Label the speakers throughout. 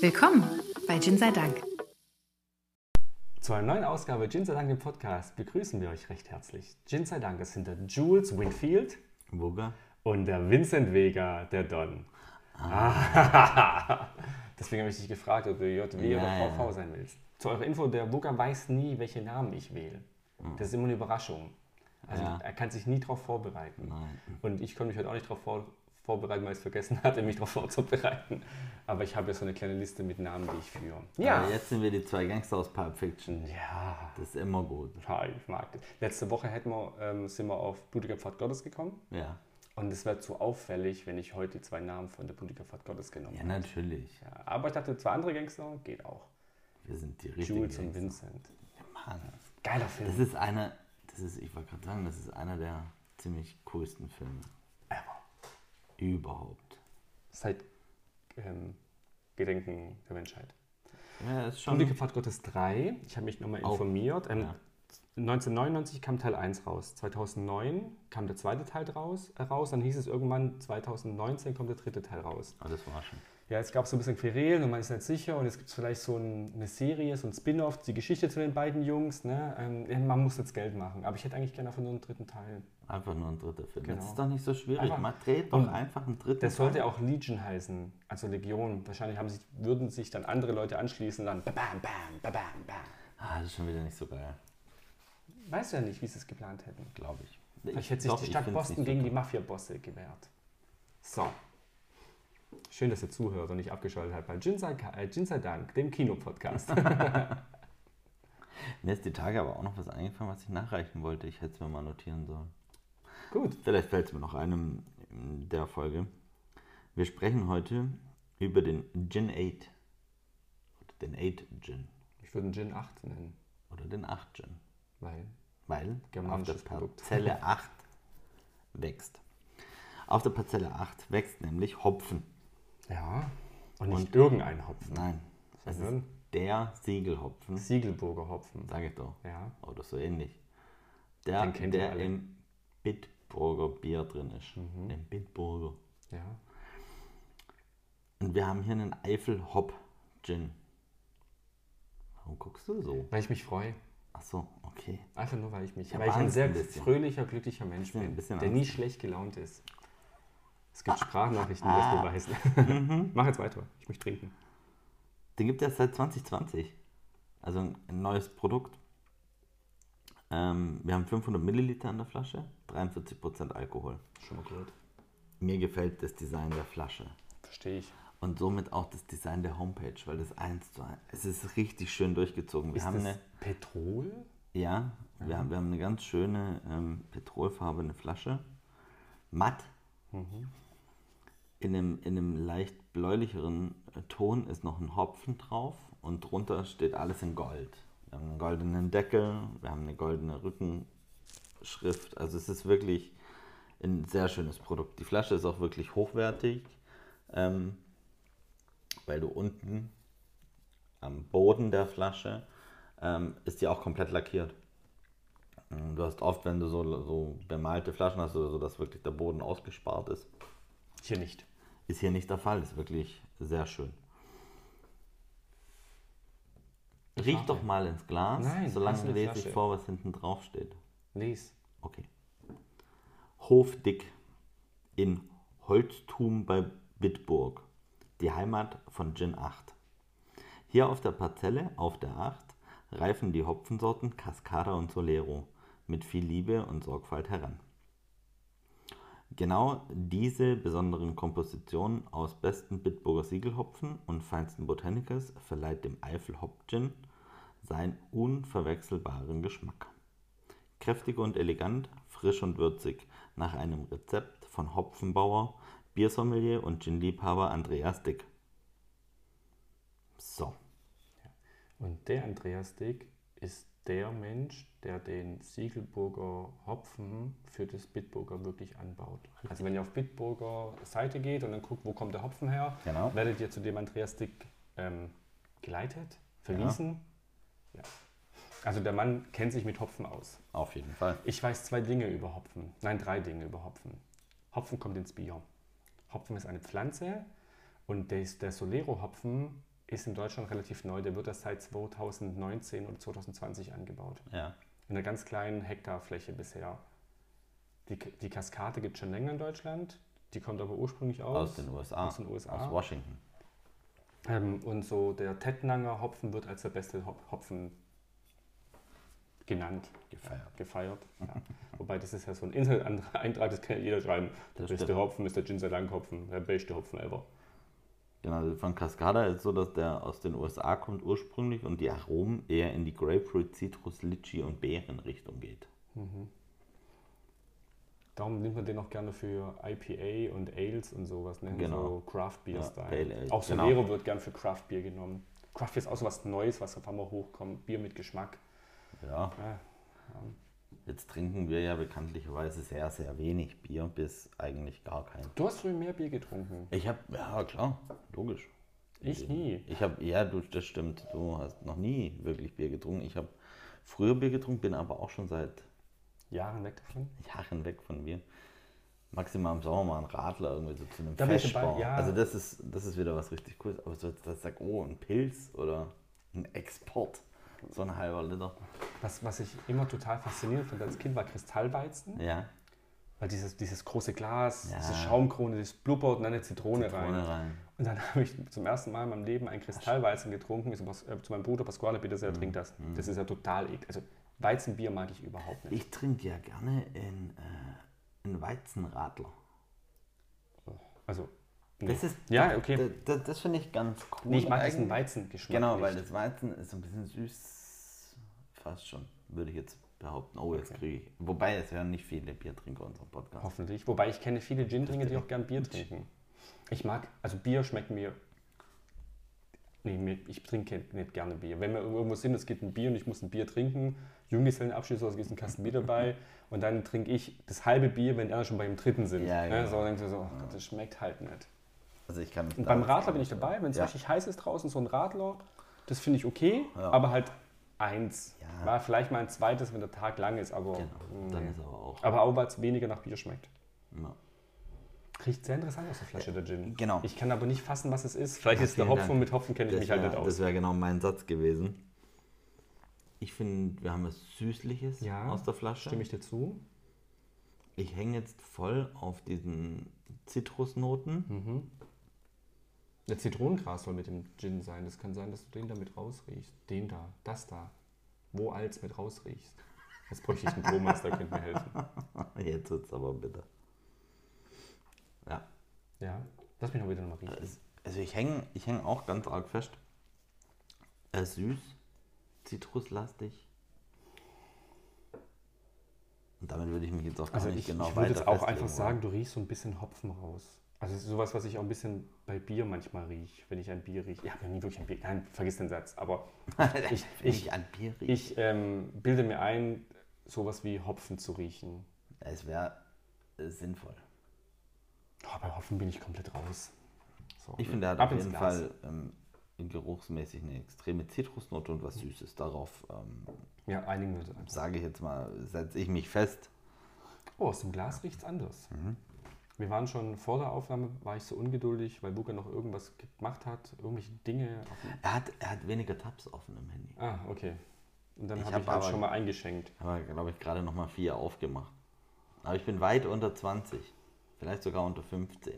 Speaker 1: Willkommen bei Gin sei Dank.
Speaker 2: Zu einer neuen Ausgabe Gin sei Dank dem Podcast begrüßen wir euch recht herzlich. Gin sei Dank ist hinter Jules Winfield
Speaker 3: Burger?
Speaker 2: und der Vincent Vega, der Don.
Speaker 3: Ah.
Speaker 2: Deswegen habe ich dich gefragt, ob du JW
Speaker 3: Ja,
Speaker 2: oder VV
Speaker 3: ja.
Speaker 2: sein willst. Zu eurer Info, der Booker weiß nie, welche Namen ich wähle. Das ist immer eine Überraschung. Also
Speaker 3: Hm. Ja.
Speaker 2: er kann sich nie darauf vorbereiten.
Speaker 3: Nein.
Speaker 2: Und ich konnte mich heute auch nicht darauf vor vorbereiten, weil ich es vergessen hatte, mich darauf vorzubereiten. Aber ich habe jetzt so eine kleine Liste mit Namen, die ich führe. Ja.
Speaker 3: Aber jetzt sind wir die zwei Gangster aus Pulp Fiction.
Speaker 2: Ja.
Speaker 3: Das ist immer gut.
Speaker 2: Ja, ich mag das. Letzte Woche hätten wir, ähm, sind wir auf Blutiger Pfad Gottes gekommen.
Speaker 3: Ja.
Speaker 2: Und es wäre zu auffällig, wenn ich heute die zwei Namen von der Blutiger Pfad Gottes genommen
Speaker 3: Ja,
Speaker 2: hätte.
Speaker 3: natürlich.
Speaker 2: Ja, aber ich dachte, zwei andere Gangster geht auch.
Speaker 3: Wir sind die richtigen
Speaker 2: Jules und
Speaker 3: Gangster.
Speaker 2: Vincent.
Speaker 3: Mann.
Speaker 2: Geiler Film.
Speaker 3: Das ist einer, das ist, ich wollte gerade sagen, das ist einer der ziemlich coolsten Filme. Überhaupt.
Speaker 2: Seit ähm, Gedenken der Menschheit.
Speaker 3: Ja, das ist
Speaker 2: Blutiger
Speaker 3: schon.
Speaker 2: Pfad Gottes 3, ich habe mich nochmal
Speaker 3: Auch.
Speaker 2: informiert. Ähm,
Speaker 3: Ja.
Speaker 2: 1999 kam Teil 1 raus, 2009 kam der zweite Teil raus, äh, raus, dann hieß es irgendwann 2019 kommt der dritte Teil raus.
Speaker 3: Oh, das war schon.
Speaker 2: Ja, es gab so ein bisschen Querelen und man ist nicht sicher und jetzt gibt es vielleicht so ein, eine Serie, so ein Spin-off, die Geschichte zu den beiden Jungs. Ne? Ähm, ja, man muss jetzt Geld machen, aber ich hätte eigentlich gerne einfach nur einen dritten Teil.
Speaker 3: Einfach nur ein dritter Film.
Speaker 2: Genau.
Speaker 3: Das ist doch nicht so schwierig.
Speaker 2: Einfach-
Speaker 3: Man dreht doch einfach einen dritten
Speaker 2: Der sollte
Speaker 3: Teil.
Speaker 2: auch Legion heißen, also Legion. Wahrscheinlich haben sich, würden sich dann andere Leute anschließen und dann ba bam, bam, ba bam, bam.
Speaker 3: Ah, das ist schon wieder nicht so geil,
Speaker 2: Weißt du ja nicht, wie sie es geplant hätten.
Speaker 3: glaube ich.
Speaker 2: Vielleicht hätte sich
Speaker 3: doch,
Speaker 2: die
Speaker 3: ich
Speaker 2: Stadt
Speaker 3: find's
Speaker 2: Boston
Speaker 3: nicht so
Speaker 2: gegen die
Speaker 3: geil.
Speaker 2: Mafia-Bosse gewehrt. So. Schön, dass ihr zuhört und nicht abgeschaltet habt bei Gin sei, äh, Gin sei Dank, dem Kinopodcast.
Speaker 3: Mir ist die Tage aber auch noch was eingefallen, was ich nachreichen wollte. Ich hätte es mir mal notieren sollen.
Speaker 2: Gut.
Speaker 3: Vielleicht fällt es mir noch einem in der Folge. Wir sprechen heute über den Gin 8. Oder den 8 Gin.
Speaker 2: Ich würde einen Gin 8 nennen,
Speaker 3: Oder den 8 Gin.
Speaker 2: weil
Speaker 3: Weil auf der
Speaker 2: Germanisches Produkt.
Speaker 3: Parzelle 8 wächst. Auf der Parzelle 8 wächst nämlich Hopfen.
Speaker 2: Ja. Und nicht irgendein Hopfen.
Speaker 3: Nein, es ist
Speaker 2: Sondern?
Speaker 3: der Siegelhopfen.
Speaker 2: Siegelburger Hopfen.
Speaker 3: Sag ich doch.
Speaker 2: Ja.
Speaker 3: Oder so ähnlich. Der,
Speaker 2: Den kennt ihr
Speaker 3: der
Speaker 2: alle. Mhm.
Speaker 3: im Bitburger Bier drin ist. Im Bitburger.
Speaker 2: Ja.
Speaker 3: Und wir haben hier einen Eifel Hop Gin. Warum guckst du so?
Speaker 2: Weil ich mich freue.
Speaker 3: Ach so, okay.
Speaker 2: Einfach nur, weil ich mich.
Speaker 3: Ja,
Speaker 2: weil ich ein
Speaker 3: Angst
Speaker 2: sehr
Speaker 3: ein bisschen.
Speaker 2: fröhlicher, glücklicher Mensch
Speaker 3: Bisschen-
Speaker 2: bin,
Speaker 3: bisschen Ah.
Speaker 2: der nie schlecht gelaunt ist. Es gibt Sprachnachrichten, die das
Speaker 3: Mhm.
Speaker 2: beweisen. Mach jetzt weiter. Ich möchte trinken.
Speaker 3: Den gibt es seit 2020. Also ein, ein neues Produkt. Ähm, wir haben 500 Milliliter in der Flasche, 43% Alkohol.
Speaker 2: Schon mal gehört.
Speaker 3: Mir gefällt das Design der Flasche.
Speaker 2: Verstehe ich.
Speaker 3: Und somit auch das Design der Homepage, weil das eins zu eins. Es ist richtig schön durchgezogen. Wir
Speaker 2: Ist
Speaker 3: haben
Speaker 2: das
Speaker 3: eine
Speaker 2: Petrol?
Speaker 3: Ja, wir, haben, wir haben eine ganz schöne ähm, petrolfarbene Flasche. Matt. In, einem, in einem leicht bläulicheren äh, Ton ist noch ein Hopfen drauf und drunter steht alles in Gold. Wir haben einen goldenen Deckel, wir haben eine goldene Rückenschrift. Also es ist wirklich ein sehr schönes Produkt. Die Flasche ist auch wirklich hochwertig, ähm, weil du unten am Boden der Flasche ähm, ist die auch komplett lackiert. Ähm, Du hast oft, wenn du so, so bemalte Flaschen hast oder so, dass wirklich der Boden ausgespart ist.
Speaker 2: Hier nicht.
Speaker 3: Ist hier nicht der Fall, ist wirklich sehr schön. Riech doch mal ins Glas,
Speaker 2: Nein, hast
Speaker 3: solange
Speaker 2: eine
Speaker 3: lese
Speaker 2: Flasche.
Speaker 3: ich vor, was hinten drauf steht.
Speaker 2: Lies.
Speaker 3: Okay. Hofdick in Holztum bei Bitburg, die Heimat von Gin 8. Hier auf der Parzelle, auf der 8, reifen die Hopfensorten Cascada und Solero mit viel Liebe und Sorgfalt heran. Genau diese besonderen Kompositionen aus besten Bitburger Siegelhopfen und feinsten Botanicals verleiht dem Eifel Hop Gin seinen unverwechselbaren Geschmack. Kräftig und elegant, frisch und würzig, nach einem Rezept von Hopfenbauer, Biersommelier und Gin-Liebhaber Andreas Dick. So,
Speaker 2: Und der Andreas Dick ist der Mensch, der den Siegelburger Hopfen für das Bitburger wirklich anbaut. Also wenn ihr auf Bitburger Seite geht und dann guckt, wo kommt der Hopfen her,
Speaker 3: Genau.
Speaker 2: werdet ihr zu dem Andreas Dick ähm, geleitet, verwiesen. Ja. Also der Mann kennt sich mit Hopfen aus.
Speaker 3: auf jeden Fall.
Speaker 2: Ich weiß zwei Dinge über Hopfen. Nein, drei Dinge über Hopfen. Hopfen kommt ins Bier. Hopfen ist eine Pflanze und der, der Solero-Hopfen ist in Deutschland relativ neu. Der wird erst seit 2019 oder 2020 angebaut.
Speaker 3: Ja.
Speaker 2: In einer ganz kleinen Hektarfläche bisher. Die, die Kaskade gibt es schon länger in Deutschland. Die kommt aber ursprünglich aus,
Speaker 3: Aus den USA.
Speaker 2: Aus den USA.
Speaker 3: Aus Washington.
Speaker 2: Ähm, und so der Tettnanger Hopfen wird als der beste Hop Hopfen genannt,
Speaker 3: Gefeiert.
Speaker 2: gefeiert. Ja. Wobei das ist ja so ein Internet-Eintrag, das kann ja jeder schreiben. Der
Speaker 3: Das
Speaker 2: beste
Speaker 3: stimmt.
Speaker 2: Hopfen ist der Ginseng Langhopfen, der beste Hopfen ever.
Speaker 3: Genau, von Cascada ist so, dass der aus den USA kommt ursprünglich und die Aromen eher in die Grapefruit, Zitrus, Litchi und Beerenrichtung geht.
Speaker 2: Darum nimmt man den auch gerne für IPA und Ales und sowas, ne?
Speaker 3: Genau.
Speaker 2: so Craft Beer
Speaker 3: Ja,
Speaker 2: Style.
Speaker 3: Pale Ale,
Speaker 2: auch
Speaker 3: genau.
Speaker 2: Solero wird gern für Craft Beer genommen. Craft Beer ist auch so was Neues, was auf einmal hochkommt. Bier mit Geschmack. Ah.
Speaker 3: Ja.
Speaker 2: Ja.
Speaker 3: Jetzt trinken wir ja bekanntlicherweise sehr, sehr wenig Bier, bis eigentlich gar kein.
Speaker 2: Du hast früher mehr Bier getrunken.
Speaker 3: Ich habe, ja klar, logisch.
Speaker 2: Ich nie.
Speaker 3: Ich habe, ja, du, das stimmt, du hast noch nie wirklich Bier getrunken. Ich habe früher Bier getrunken, bin aber auch schon seit
Speaker 2: Jahren weg davon.
Speaker 3: Jahren weg von Bier. Maximal im Sommer mal ein Radler irgendwie so zu einem
Speaker 2: Da bin ich dabei,
Speaker 3: Festbau.
Speaker 2: ja.
Speaker 3: Also das ist, das ist wieder was richtig cooles. Aber so jetzt, dass ich sag, oh, ein Pilz oder ein Export. So ein halber Liter.
Speaker 2: Was, was ich immer total faszinierend fand als Kind war Kristallweizen.
Speaker 3: Ja.
Speaker 2: Weil dieses, dieses große Glas,
Speaker 3: Ja.
Speaker 2: diese Schaumkrone, dieses Blubber und dann eine Zitrone, rein.
Speaker 3: Zitrone rein.
Speaker 2: Und dann habe ich zum ersten Mal in meinem Leben einen Kristallweizen getrunken. Ich so, Pas- äh, zu meinem Bruder Pasquale, bitte
Speaker 3: Mhm.
Speaker 2: sehr, trink das. Das ist ja total eklig. Also Weizenbier mag ich überhaupt nicht.
Speaker 3: Ich trinke ja gerne in, äh, in Weizenradler.
Speaker 2: Also, nee.
Speaker 3: Das ist.
Speaker 2: ja, okay.
Speaker 3: Das, das, das finde ich ganz cool.
Speaker 2: nee, ich mag diesen
Speaker 3: eigentlich.
Speaker 2: Weizengeschmack
Speaker 3: Genau,
Speaker 2: nicht.
Speaker 3: weil das Weizen ist so ein bisschen süß. Fast schon, würde ich jetzt behaupten. Oh, jetzt kriege ich. Wobei, es hören nicht viele Biertrinker unseren Podcast.
Speaker 2: Hoffentlich. Wobei ich kenne viele Gin-Trinker, die auch gern Bier trinken. Ich mag, also Bier schmeckt mir. Nee, mir- ich trinke nicht gerne Bier. Wenn wir irgendwo sind, es gibt ein Bier und ich muss ein Bier trinken, Junggesellenabschied, so es gibt einen Kasten Bier dabei und dann trinke ich das halbe Bier, wenn die anderen schon beim dritten sind.
Speaker 3: Ja,
Speaker 2: Ne?
Speaker 3: genau.
Speaker 2: So dann denkst du so, oh Gott, das schmeckt halt nicht.
Speaker 3: Also ich kann mich
Speaker 2: Und
Speaker 3: da
Speaker 2: beim
Speaker 3: jetzt
Speaker 2: Radler
Speaker 3: gar
Speaker 2: bin ich
Speaker 3: nicht-
Speaker 2: dabei, wenn es
Speaker 3: Ja.
Speaker 2: richtig heiß ist draußen, so ein Radler, das finde ich okay,
Speaker 3: Ja.
Speaker 2: aber halt eins.
Speaker 3: Ja.
Speaker 2: War vielleicht mal ein zweites, wenn der Tag lang ist, aber,
Speaker 3: Genau, dann ist aber auch.
Speaker 2: Mhm. aber auch weil es weniger nach Bier schmeckt.
Speaker 3: Ja.
Speaker 2: Riecht sehr interessant aus der Flasche, der Gin.
Speaker 3: genau.
Speaker 2: Ich kann aber nicht fassen, was es ist. Vielleicht
Speaker 3: Ja,
Speaker 2: ist es der
Speaker 3: vielen
Speaker 2: Hopfen,
Speaker 3: Dank.
Speaker 2: mit Hopfen kenne ich
Speaker 3: Das
Speaker 2: mich halt
Speaker 3: wär-
Speaker 2: nicht aus.
Speaker 3: Das wäre genau mein Satz gewesen. Ich finde, wir haben was Süßliches
Speaker 2: Ja,
Speaker 3: aus der Flasche.
Speaker 2: Stimme ich dir zu?
Speaker 3: Ich hänge jetzt voll auf diesen Zitrusnoten.
Speaker 2: Mhm. Der Zitronengras soll mit dem Gin sein. Das kann sein, dass du den da mit rausriechst. Den da, das da. Wo als mit rausriechst. Jetzt bräuchte ich einen Thomas, der könnte mir helfen.
Speaker 3: Jetzt wird's aber bitter. Ja.
Speaker 2: Ja. Lass mich noch wieder nochmal riechen.
Speaker 3: Es- Also ich hänge ich häng auch ganz arg fest. Er ist süß, zitruslastig. Und damit würde ich mich jetzt auch gar
Speaker 2: Also
Speaker 3: nicht
Speaker 2: ich,
Speaker 3: genau
Speaker 2: ich würde jetzt
Speaker 3: weiter
Speaker 2: auch einfach
Speaker 3: festlegen
Speaker 2: sagen,
Speaker 3: wollen.
Speaker 2: du riechst so ein bisschen Hopfen raus. Also es ist sowas, was ich auch ein bisschen bei Bier manchmal rieche, wenn ich ein Bier rieche. Ich habe ja nie wirklich ein Bier. Nein, vergiss den Satz. Aber ich,
Speaker 3: Wenn
Speaker 2: ich,
Speaker 3: ich an Bier rieche.
Speaker 2: Ich ähm, bilde mir ein, sowas wie Hopfen zu riechen.
Speaker 3: Es wäre sinnvoll.
Speaker 2: Oh, bei Hopfen bin ich komplett raus. So,
Speaker 3: Ich finde, er hat
Speaker 2: ab
Speaker 3: auf
Speaker 2: ins
Speaker 3: jeden
Speaker 2: Glas.
Speaker 3: Fall ähm, geruchsmäßig eine extreme Zitrusnote und was
Speaker 2: Mhm.
Speaker 3: Süßes. Darauf ähm,
Speaker 2: Ja, einigen wir uns.
Speaker 3: sage ich jetzt mal, setze ich mich fest.
Speaker 2: Oh, aus dem Glas riecht's anders.
Speaker 3: Mhm.
Speaker 2: Wir waren schon vor der Aufnahme, war ich so ungeduldig, weil Luca noch irgendwas gemacht hat, irgendwelche Dinge. Auf dem
Speaker 3: Er hat, er hat weniger Tabs offen im Handy.
Speaker 2: ah, okay. Und dann
Speaker 3: Ich
Speaker 2: habe
Speaker 3: hab
Speaker 2: ich halt
Speaker 3: aber-
Speaker 2: schon mal eingeschenkt.
Speaker 3: Aber glaube ich gerade nochmal vier aufgemacht. Aber ich bin weit unter 20. Vielleicht sogar unter 15.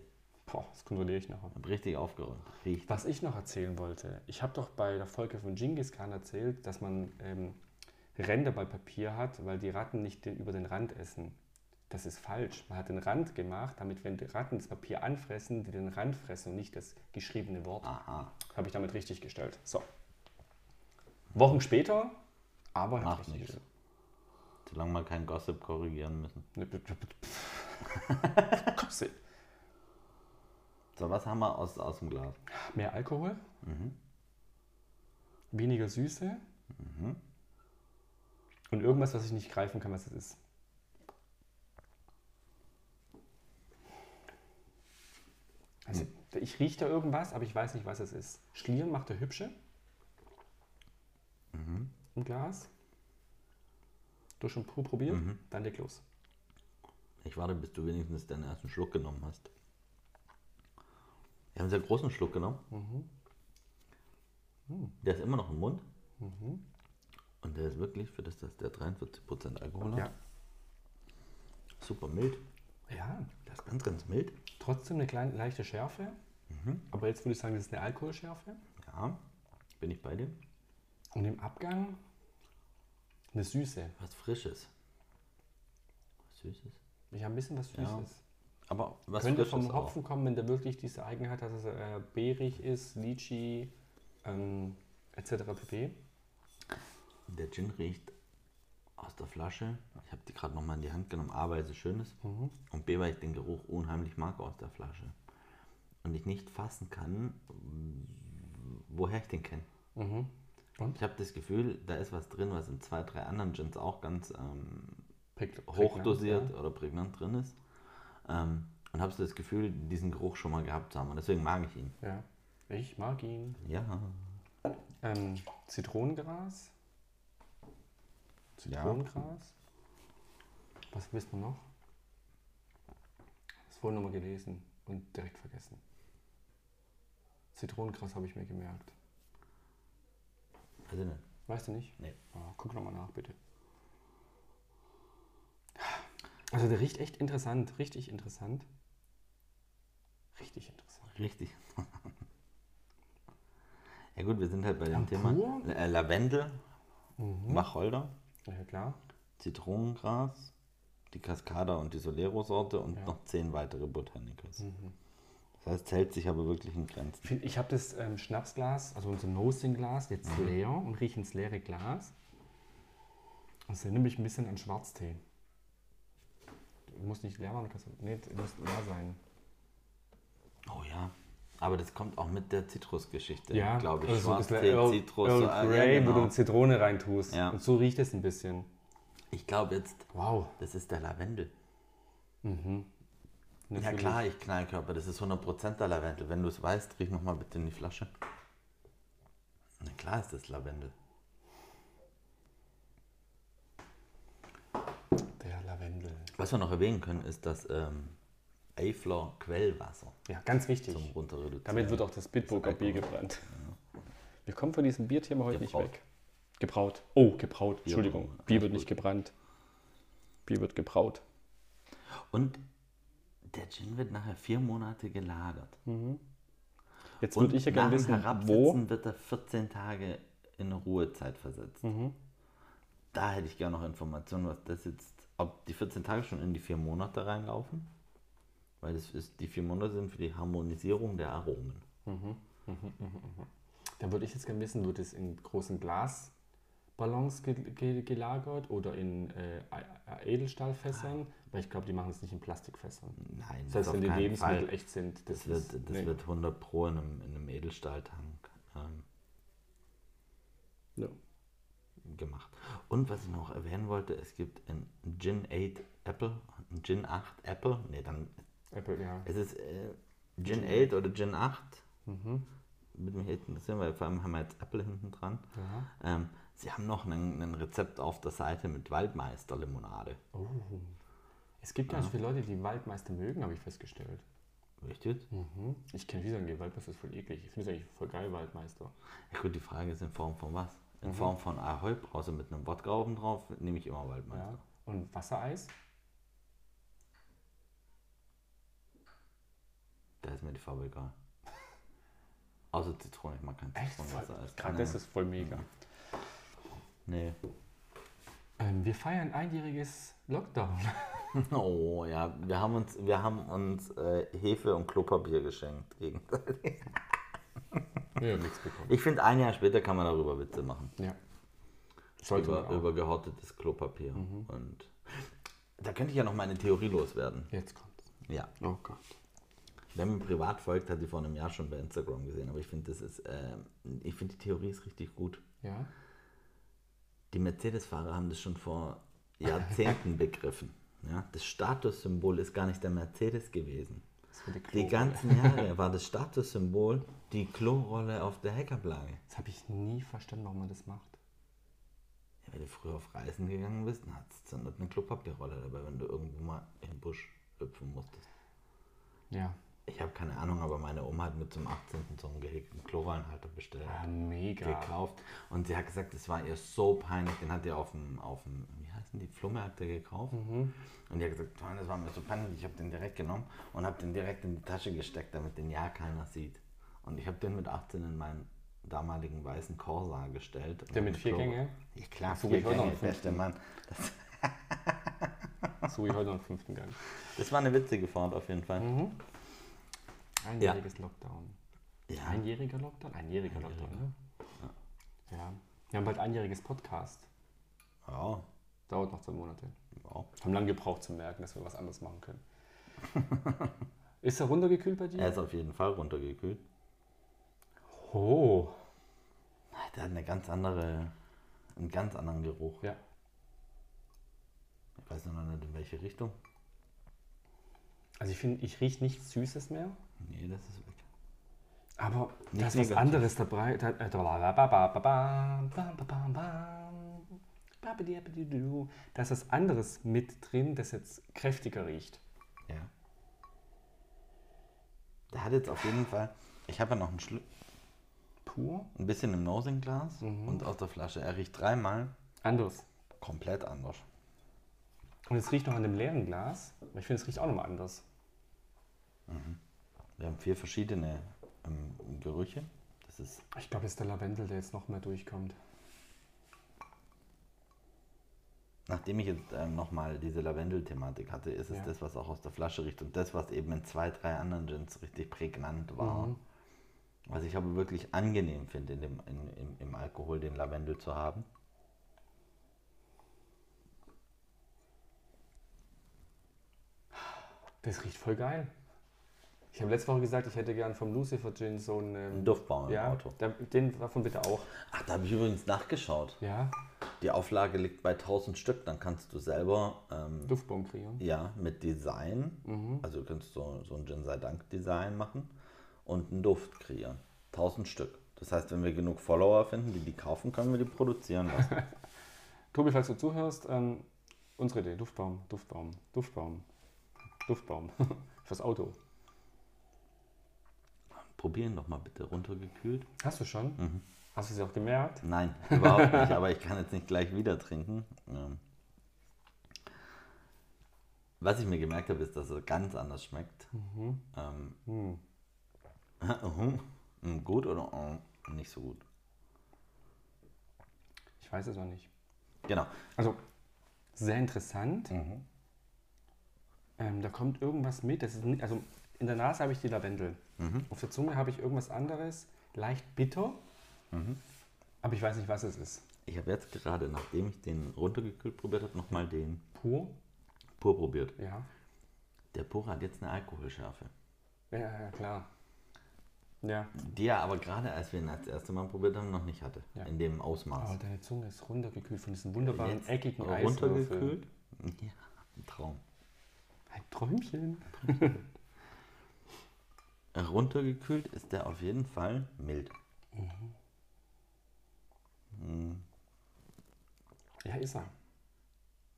Speaker 2: Boah, das kontrolliere ich nachher.
Speaker 3: Hab richtig aufgeräumt. Riecht.
Speaker 2: Was ich noch erzählen wollte, ich habe doch bei der Folge von Genghis Khan erzählt, dass man ähm, Ränder bei Papier hat, weil die Ratten nicht den, über den Rand essen. Das ist falsch. Man hat den Rand gemacht, damit wenn die Ratten das Papier anfressen, die den Rand fressen und nicht das geschriebene Wort.
Speaker 3: Aha.
Speaker 2: Habe ich damit richtig gestellt. So. Wochen später, aber hab ich
Speaker 3: Macht
Speaker 2: richtig
Speaker 3: nichts.
Speaker 2: gestellt.
Speaker 3: Solange wir kein Gossip korrigieren müssen.
Speaker 2: Ne, p- p- p- Gossip.
Speaker 3: So, was haben wir aus, aus dem Glas?
Speaker 2: Mehr Alkohol, weniger Süße und irgendwas, was ich nicht greifen kann, was es ist. Also, ich rieche da irgendwas, aber ich weiß nicht, was es ist. Schlieren macht der Hübsche. Im Glas. Durch und pur probiert, dann leg los.
Speaker 3: Ich warte, bis du wenigstens deinen ersten Schluck genommen hast. Wir haben einen sehr großen Schluck genommen. Hm. Der ist immer noch im Mund. Und der ist wirklich, für das, dass der 43% Alkohol hat,
Speaker 2: Ja.
Speaker 3: super mild.
Speaker 2: Ja,
Speaker 3: Der ist ganz, ganz mild.
Speaker 2: trotzdem eine kleine, leichte Schärfe. Aber jetzt würde ich sagen, das ist eine Alkoholschärfe.
Speaker 3: Ja, bin ich bei dir.
Speaker 2: Und im Abgang eine Süße.
Speaker 3: Was Frisches. Was Süßes.
Speaker 2: Ich habe ein bisschen was
Speaker 3: Ja.
Speaker 2: Süßes.
Speaker 3: Aber was
Speaker 2: Könnte
Speaker 3: Frisches
Speaker 2: vom
Speaker 3: auch.
Speaker 2: Hopfen kommen, wenn der wirklich diese Eigenheit hat, dass es äh, beerig ist, Litchi, ähm, etc. pp.
Speaker 3: Der Gin riecht aus der Flasche. Ich habe die gerade nochmal in die Hand genommen. A, weil sie schön ist.
Speaker 2: Mhm.
Speaker 3: Und B, weil ich den Geruch unheimlich mag aus der Flasche. Und ich nicht fassen kann, w- woher ich den kenne.
Speaker 2: Mhm. Und?
Speaker 3: Ich habe das Gefühl, da ist was drin, was in zwei, drei anderen Gins auch ganz ähm,
Speaker 2: Präg- prägnant,
Speaker 3: hochdosiert
Speaker 2: ja.
Speaker 3: oder prägnant drin ist. Ähm, und habe so das Gefühl, diesen Geruch schon mal gehabt zu haben. Und deswegen mag ich ihn.
Speaker 2: Ja. Ich mag ihn.
Speaker 3: Ja.
Speaker 2: Ähm, Zitronengras. Zitronengras. Was wissen wir noch? Das wurde nochmal gelesen und direkt vergessen. Zitronengras habe ich mir gemerkt.
Speaker 3: Also, ne.
Speaker 2: Weißt du nicht?
Speaker 3: Nee.
Speaker 2: Oh, guck nochmal nach, bitte. Also der riecht echt interessant, richtig interessant. Richtig interessant.
Speaker 3: Richtig. ja gut, wir sind halt bei dem
Speaker 2: Am
Speaker 3: Thema
Speaker 2: pur?
Speaker 3: äh, Lavendel,
Speaker 2: Mhm.
Speaker 3: Wacholder,
Speaker 2: Ja klar.
Speaker 3: Zitronengras, die Cascada und die Solero-Sorte und
Speaker 2: Ja. Mhm.
Speaker 3: noch zehn weitere Botanicals. Das heißt, es hält sich aber wirklich in Grenzen.
Speaker 2: Find- Ich habe das ähm, Schnapsglas, also unser Nosing-Glas, jetzt leer und rieche ins leere Glas. Das erinnert mich ein bisschen an Schwarztee. Muss nicht leer machen, kannst du. Nee, das muss leer sein.
Speaker 3: Oh ja. Aber das kommt auch mit der Zitrusgeschichte,
Speaker 2: Ja,
Speaker 3: glaube ich.
Speaker 2: also so ein bisschen
Speaker 3: Schwarztee,
Speaker 2: Earl,
Speaker 3: Zitrus,
Speaker 2: Earl
Speaker 3: so, ah,
Speaker 2: Grey,
Speaker 3: ja,
Speaker 2: wo du
Speaker 3: genau.
Speaker 2: eine Zitrone reintust.
Speaker 3: Ja.
Speaker 2: Und so riecht es ein bisschen.
Speaker 3: Ich glaube jetzt,
Speaker 2: Wow.
Speaker 3: das ist der Lavendel. Ja
Speaker 2: Mhm. Natürlich.
Speaker 3: klar, ich Knallkörper, das ist 100% der Lavendel. Wenn du es weißt, riech nochmal bitte in die Flasche. Na klar ist das Lavendel.
Speaker 2: Der Lavendel.
Speaker 3: Was wir noch erwähnen können, ist das ähm, Eifler Quellwasser
Speaker 2: Ja, ganz wichtig.
Speaker 3: zum Runterreduzieren.
Speaker 2: Damit wird auch das Bitburger Bier gebrannt. Wir kommen von diesem Bierthema heute
Speaker 3: Gebraut.
Speaker 2: nicht weg. Gebraut. Oh, gebraut. Entschuldigung.
Speaker 3: Alles
Speaker 2: Bier wird
Speaker 3: gut.
Speaker 2: nicht gebrannt. Bier wird gebraut.
Speaker 3: Und der Gin wird nachher vier Monate gelagert.
Speaker 2: Jetzt
Speaker 3: Und
Speaker 2: würde ich ja gerne
Speaker 3: nach dem
Speaker 2: wissen, wo.
Speaker 3: Herabsetzen wird er 14 Tage in Ruhezeit versetzt.
Speaker 2: Mhm.
Speaker 3: Da hätte ich gerne noch Informationen, was das jetzt, ob die 14 Tage schon in die vier Monate reinlaufen. Weil das ist, die vier Monate sind für die Harmonisierung der Aromen.
Speaker 2: Da würde ich jetzt gerne wissen, wird es in großen Glasballons ge- ge- gelagert oder in äh, Ä- Edelstahlfässern? Weil ich glaube, die machen es nicht in Plastikfässern.
Speaker 3: Nein,
Speaker 2: Das heißt,
Speaker 3: Ah. auf
Speaker 2: wenn die
Speaker 3: keinen
Speaker 2: Lebensmittel
Speaker 3: Fall.
Speaker 2: echt sind, das,
Speaker 3: Das wird,
Speaker 2: ist,
Speaker 3: das
Speaker 2: nee.
Speaker 3: wird 100 Pro in einem, in einem Edelstahltank ähm,
Speaker 2: Ja.
Speaker 3: gemacht. Und was ich noch erwähnen wollte, es gibt ein Gin 8 Apple, ein Gin 8 Apple, nee, dann,
Speaker 2: Apple, ja.
Speaker 3: es ist äh, Gin 8 oder Gin 8.
Speaker 2: Mhm.
Speaker 3: Würde mich echt interessieren, weil vor allem haben wir jetzt Apple hinten dran. Ähm, sie haben noch ein, ein Rezept auf der Seite mit Waldmeisterlimonade.
Speaker 2: Es gibt ganz viele Leute, die Waldmeister mögen, habe ich festgestellt.
Speaker 3: Richtig?
Speaker 2: Mhm. Ich kenne viele sagen, Waldmeister ist voll eklig. Ich finde es eigentlich voll geil, Waldmeister.
Speaker 3: Ja, gut, die Frage ist in Form von was?
Speaker 2: Mhm.
Speaker 3: In Form von Ahoi Brause mit einem Wodka oben drauf, nehme ich immer Waldmeister.
Speaker 2: Ja. Und Wassereis?
Speaker 3: Da ist mir die Farbe egal. Außer Zitrone, ich mag kein Zitronenwasser. als
Speaker 2: Gerade
Speaker 3: Banane.
Speaker 2: das ist voll mega.
Speaker 3: Nee.
Speaker 2: Ähm, wir feiern einjähriges Lockdown.
Speaker 3: Oh ja, wir haben uns, wir haben uns äh, Hefe und Klopapier geschenkt. gegen-
Speaker 2: Wir haben nichts bekommen.
Speaker 3: Ich finde, ein Jahr später kann man darüber Witze machen.
Speaker 2: Ja. Sollte man
Speaker 3: Über,
Speaker 2: auch. Mhm.
Speaker 3: über gehortetes Klopapier. Und da könnte ich ja noch meine Theorie loswerden.
Speaker 2: Jetzt kommt's.
Speaker 3: Ja.
Speaker 2: Oh Gott.
Speaker 3: Wer mir privat folgt, hat die vor einem Jahr schon bei Instagram gesehen. Aber ich finde, das ist, äh, ich finde die Theorie ist richtig gut.
Speaker 2: Ja?
Speaker 3: Die Mercedes-Fahrer haben das schon vor Jahrzehnten begriffen. Ja? Das Statussymbol ist gar nicht der Mercedes gewesen.
Speaker 2: Das war die
Speaker 3: Die
Speaker 2: Klo-
Speaker 3: ganzen Jahre war das Statussymbol die Klorolle auf der Heckerplage.
Speaker 2: Das habe ich nie verstanden, warum man das macht.
Speaker 3: Ja, wenn du früher auf Reisen gegangen bist, dann hattest du dann eine Klopapierrolle dabei, wenn du irgendwo mal in den Busch hüpfen musstest.
Speaker 2: Ja.
Speaker 3: Ich habe keine Ahnung, aber meine Oma hat mit zum 18. so einen gehäkelten Chlorweinhalter bestellt.
Speaker 2: Ah, mega.
Speaker 3: gekauft. Und sie hat gesagt, es war ihr so peinlich. Den hat ihr auf dem, auf dem wie heißen die, Flohmärkte gekauft.
Speaker 2: Mhm.
Speaker 3: Und die hat gesagt, Mann, das war mir so peinlich. Ich habe den direkt genommen und habe den direkt in die Tasche gesteckt, damit den ja keiner sieht. Und ich habe den mit 18 in meinen damaligen weißen Corsa gestellt.
Speaker 2: Der mit vier Gänge?
Speaker 3: Ja klar,
Speaker 2: So,
Speaker 3: vier
Speaker 2: ich hol noch
Speaker 3: Gänge,
Speaker 2: einen
Speaker 3: beste Mann. Das,
Speaker 2: So wie heute noch im fünften Gang.
Speaker 3: das war eine witzige Fahrt auf jeden
Speaker 2: Mhm.
Speaker 3: Fall.
Speaker 2: Einjähriges Lockdown.
Speaker 3: Ja,
Speaker 2: Einjähriger Lockdown? Einjähriger Lockdown, ne? Ja. Wir haben bald einjähriges Podcast.
Speaker 3: ja,
Speaker 2: Dauert noch zwei Monate.
Speaker 3: ja.
Speaker 2: Haben lange gebraucht zu merken, dass wir was anderes machen können. ist er runtergekühlt bei
Speaker 3: Er
Speaker 2: dir?
Speaker 3: ist auf jeden Fall runtergekühlt.
Speaker 2: Oh.
Speaker 3: Der hat eine ganz andere, einen ganz anderen Geruch.
Speaker 2: Ja.
Speaker 3: Ich weiß noch nicht, in welche Richtung.
Speaker 2: Also ich finde, ich rieche nichts Süßes mehr.
Speaker 3: Nee, das ist weg.
Speaker 2: Aber
Speaker 3: Nicht
Speaker 2: da ist was
Speaker 3: negativ.
Speaker 2: anderes dabei. Da, äh, da- ba- ba- ba- ba- bam, bam, ba- bam, bam, ba- ba- di- ba- di- du. da ist was anderes mit drin, das jetzt kräftiger riecht.
Speaker 3: Ja. Der hat jetzt auf jeden Fall. Ich habe ja noch einen Schlu
Speaker 2: Pur?
Speaker 3: ein bisschen im Nosinglas und aus der Flasche. Er riecht dreimal
Speaker 2: Anderes.
Speaker 3: komplett anders.
Speaker 2: Und es riecht noch an dem leeren Glas. Aber Ich finde, es riecht auch nochmal anders.
Speaker 3: Wir haben vier verschiedene ähm, Gerüche. Das ist.
Speaker 2: Ich glaube, es ist der Lavendel, der jetzt noch mehr durchkommt.
Speaker 3: Nachdem ich jetzt ähm, nochmal diese Lavendel-Thematik hatte, ist es
Speaker 2: Ja.
Speaker 3: das, was auch aus der Flasche riecht und das, was eben in zwei, drei anderen Gins richtig prägnant war.
Speaker 2: Mhm.
Speaker 3: Was ich aber wirklich angenehm finde, in dem, in, im, im Alkohol den Lavendel zu haben.
Speaker 2: Das riecht voll geil. Ich habe letzte Woche gesagt, ich hätte gern vom Lucifer Gin so einen.
Speaker 3: Ein
Speaker 2: Ähm,
Speaker 3: Duftbaum im
Speaker 2: ja,
Speaker 3: Auto.
Speaker 2: da, den davon bitte auch.
Speaker 3: Ach, da habe ich übrigens nachgeschaut.
Speaker 2: Ja,
Speaker 3: Die Auflage liegt bei 1000 Stück, dann kannst du selber ähm,
Speaker 2: Duftbaum kreieren.
Speaker 3: ja, mit Design,
Speaker 2: Mhm.
Speaker 3: also du kannst so, so ein Gin sei Dank Design machen und einen Duft kreieren. 1000 Stück. Das heißt, wenn wir genug Follower finden, die die kaufen, können wir die produzieren lassen.
Speaker 2: Tobi, falls du zuhörst, ähm, unsere Idee: Duftbaum, Duftbaum, Duftbaum, Duftbaum. Fürs Auto.
Speaker 3: Probieren doch mal bitte runtergekühlt.
Speaker 2: Hast du schon?
Speaker 3: Mhm.
Speaker 2: Hast du sie auch gemerkt?
Speaker 3: Nein, überhaupt nicht, aber ich kann jetzt nicht gleich wieder trinken. Ähm, was ich mir gemerkt habe, ist, dass er ganz anders schmeckt. Ähm,
Speaker 2: Hm.
Speaker 3: Mhm. Gut oder äh, nicht so gut?
Speaker 2: Ich weiß es noch nicht.
Speaker 3: Genau.
Speaker 2: Also, sehr interessant.
Speaker 3: Mhm.
Speaker 2: Ähm, da kommt irgendwas mit. Das ist, ni- also, in der Nase habe ich die Lavendel.
Speaker 3: Mhm.
Speaker 2: Auf der Zunge habe ich irgendwas anderes, leicht bitter.
Speaker 3: Mhm.
Speaker 2: Aber ich weiß nicht, was es ist.
Speaker 3: Ich habe jetzt gerade, nachdem ich den runtergekühlt probiert habe, nochmal den
Speaker 2: Pur?
Speaker 3: pur probiert.
Speaker 2: Ja.
Speaker 3: Der pur hat jetzt eine Alkoholschärfe.
Speaker 2: Ja, ja, ja, klar. Ja.
Speaker 3: Die er aber gerade, als wir ihn das erste Mal probiert haben, noch nicht hatte.
Speaker 2: Ja.
Speaker 3: In dem Ausmaß.
Speaker 2: Aber deine Zunge ist runtergekühlt von diesen wunderbaren
Speaker 3: Jetzt
Speaker 2: eckigen Eiswürfeln.
Speaker 3: runtergekühlt? Ja, ein Traum.
Speaker 2: Ein Träumchen.
Speaker 3: Runtergekühlt ist der auf jeden Fall mild.
Speaker 2: Ja, ist er.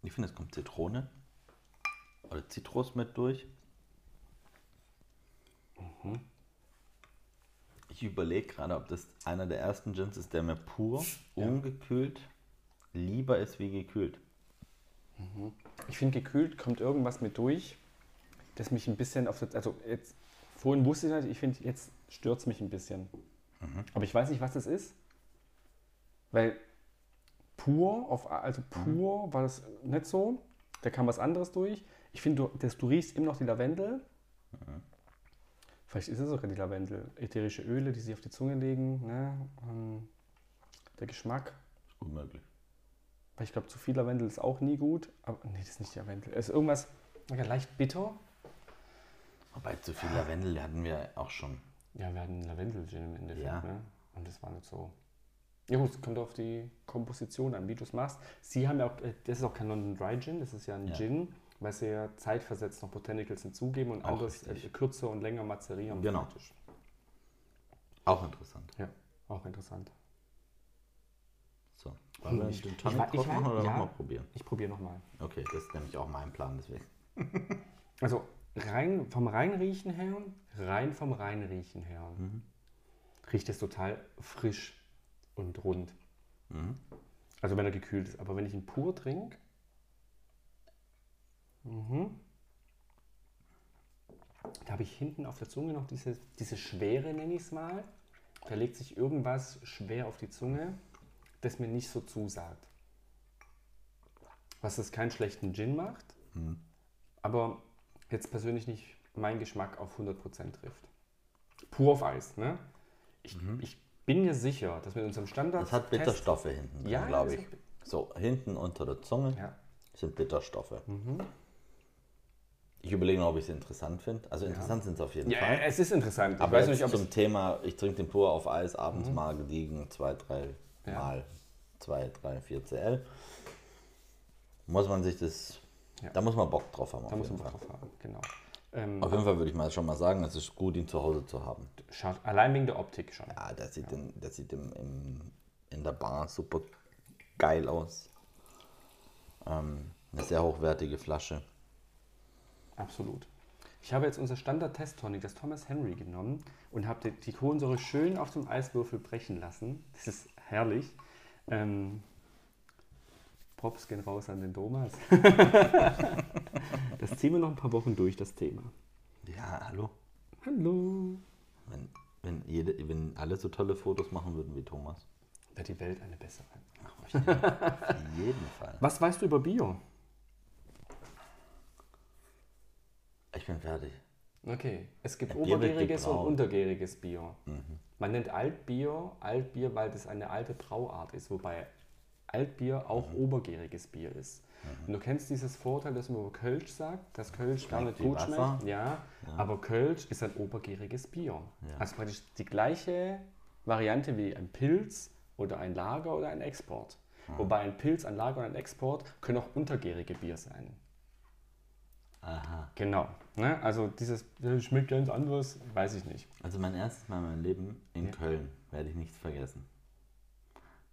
Speaker 3: Ich finde, es kommt Zitrone oder Zitrus mit durch.
Speaker 2: Mhm.
Speaker 3: Ich überlege gerade, ob das einer der ersten Gins ist, der mir pur, ungekühlt lieber ist wie gekühlt.
Speaker 2: Ich finde, gekühlt kommt irgendwas mit durch, das mich ein bisschen auf das, also jetzt, vorhin wusste ich nicht, ich finde, jetzt stört es mich ein bisschen. Aber ich weiß nicht, was das ist, weil pur, auf, also pur war das nicht so, da kam was anderes durch. Ich finde, du, dass du riechst immer noch die Lavendel. Vielleicht ist es sogar die Lavendel. Ätherische Öle, die sich auf die Zunge legen, ne? ähm, der Geschmack.
Speaker 3: Ist gut möglich.
Speaker 2: Weil ich glaube, zu viel Lavendel ist auch nie gut. Aber nee, das ist nicht Lavendel. Es ist irgendwas ja, leicht bitter.
Speaker 3: Wobei zu viel Lavendel hatten wir auch schon.
Speaker 2: Ja, wir hatten Lavendel-Gin im Endeffekt.
Speaker 3: Ja.
Speaker 2: Ne? Und das war nicht so. Ja gut, es kommt auf die Komposition an, wie du es machst. Sie haben ja auch, äh, das ist auch kein London Dry Gin, das ist ja ein
Speaker 3: Ja.
Speaker 2: Gin, weil sie ja zeitversetzt noch Botanicals hinzugeben und
Speaker 3: Auch
Speaker 2: anderes äh,
Speaker 3: richtig.
Speaker 2: kürzer und länger mazerieren.
Speaker 3: Genau.
Speaker 2: praktisch.
Speaker 3: Auch interessant.
Speaker 2: Ja, auch interessant.
Speaker 3: So, wollen wir
Speaker 2: Hm. Ich-
Speaker 3: den
Speaker 2: ich
Speaker 3: Tonic
Speaker 2: war- ich
Speaker 3: drauf machen
Speaker 2: war-
Speaker 3: oder
Speaker 2: ja.
Speaker 3: nochmal probieren?
Speaker 2: Ich probiere nochmal.
Speaker 3: Okay, das ist nämlich auch mein Plan, deswegen.
Speaker 2: Also rein, vom Reinriechen her, rein vom Reinriechen her, riecht es total frisch und rund. Also wenn er gekühlt ist. Aber wenn ich ihn pur trinke, mhm, da habe ich hinten auf der Zunge noch diese, diese Schwere, nenne ich es mal. Da legt sich irgendwas schwer auf die Zunge, das mir nicht so zusagt. Was es keinen schlechten Gin macht, aber jetzt persönlich nicht meinen Geschmack auf 100% trifft. Pur auf Eis, ne? Ich, ich bin mir sicher, dass mit unserem Standard.
Speaker 3: Es hat Bitterstoffe hinten,
Speaker 2: Ja,
Speaker 3: ja, glaube
Speaker 2: das
Speaker 3: ich.
Speaker 2: hat-
Speaker 3: So, hinten unter der Zunge
Speaker 2: Ja. Mhm.
Speaker 3: sind Bitterstoffe. Ich überlege noch, ob ich es interessant finde. Also interessant sind es auf jeden
Speaker 2: Ja,
Speaker 3: Fall.
Speaker 2: es ist interessant. Ich
Speaker 3: Aber
Speaker 2: weiß
Speaker 3: jetzt
Speaker 2: nicht, ob
Speaker 3: zum
Speaker 2: es.
Speaker 3: Thema, ich trinke den pur auf Eis, abends mal gediegen, zwei, drei
Speaker 2: Ja.
Speaker 3: Mal, zwei, drei, vier CL. Muss man sich das,
Speaker 2: Ja.
Speaker 3: da muss man Bock drauf haben auf
Speaker 2: Da muss
Speaker 3: jeden
Speaker 2: man
Speaker 3: Fall.
Speaker 2: drauf haben, genau. Ähm,
Speaker 3: Auf jeden Fall würde ich mal schon mal sagen, es ist gut, ihn zu Hause zu haben.
Speaker 2: schaut, allein wegen der Optik schon.
Speaker 3: Ja, das Ah, sieht, In, das sieht im, im, in der Bar super geil aus. Ähm, eine sehr hochwertige Flasche.
Speaker 2: Absolut. Ich habe jetzt unser Standard-Test-Tonic, das Thomas Henry, genommen und habe die, die Kohlensäure schön auf dem Eiswürfel brechen lassen. Das ist herrlich. Ähm, Props gehen raus an den Thomas. das ziehen wir noch ein paar Wochen durch, das Thema.
Speaker 3: Ja, hallo.
Speaker 2: Hallo.
Speaker 3: Wenn, wenn, jede, wenn alle so tolle Fotos machen würden wie Thomas.
Speaker 2: Wird die Welt eine bessere.
Speaker 3: Auf jeden Fall.
Speaker 2: Was weißt du über Bio?
Speaker 3: Ich bin fertig.
Speaker 2: Okay, es gibt
Speaker 3: Ja, Bier wird
Speaker 2: obergäriges und
Speaker 3: gebraut.
Speaker 2: untergäriges Bier.
Speaker 3: Mhm.
Speaker 2: Man nennt Altbier Altbier, weil das eine alte Brauart ist, wobei Altbier auch
Speaker 3: Mhm.
Speaker 2: obergäriges Bier ist. Und du kennst dieses Vorteil, dass man über Kölsch sagt, dass Kölsch gar
Speaker 3: Schmeckt
Speaker 2: nicht
Speaker 3: wie
Speaker 2: gut
Speaker 3: Wasser.
Speaker 2: schmeckt. Ja, aber Kölsch ist ein obergäriges Bier.
Speaker 3: Ja.
Speaker 2: Also praktisch die gleiche Variante wie ein Pilz oder ein Lager oder ein Export.
Speaker 3: Mhm.
Speaker 2: Wobei ein Pilz, ein Lager und ein Export können auch untergärige Bier sein.
Speaker 3: Aha.
Speaker 2: Genau. Ne? Also dieses äh, schmeckt ganz anders, weiß ich nicht.
Speaker 3: Also mein erstes Mal in meinem Leben in Köln werde ich nicht vergessen.